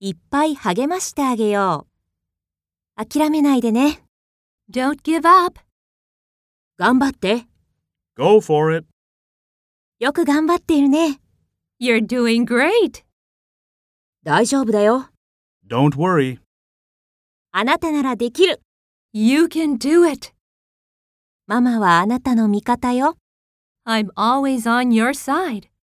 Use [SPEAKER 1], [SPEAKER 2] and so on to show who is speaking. [SPEAKER 1] いっぱい励ましてあげよう。諦めないでね。Don't give up. 頑張って。
[SPEAKER 2] Go for it.
[SPEAKER 1] よく頑張っているね。You're doing great. 大丈夫だよ。
[SPEAKER 2] Don't worry.
[SPEAKER 1] あなたならできる。You can do it. ママはあなたの味方よ。I'm always on your side.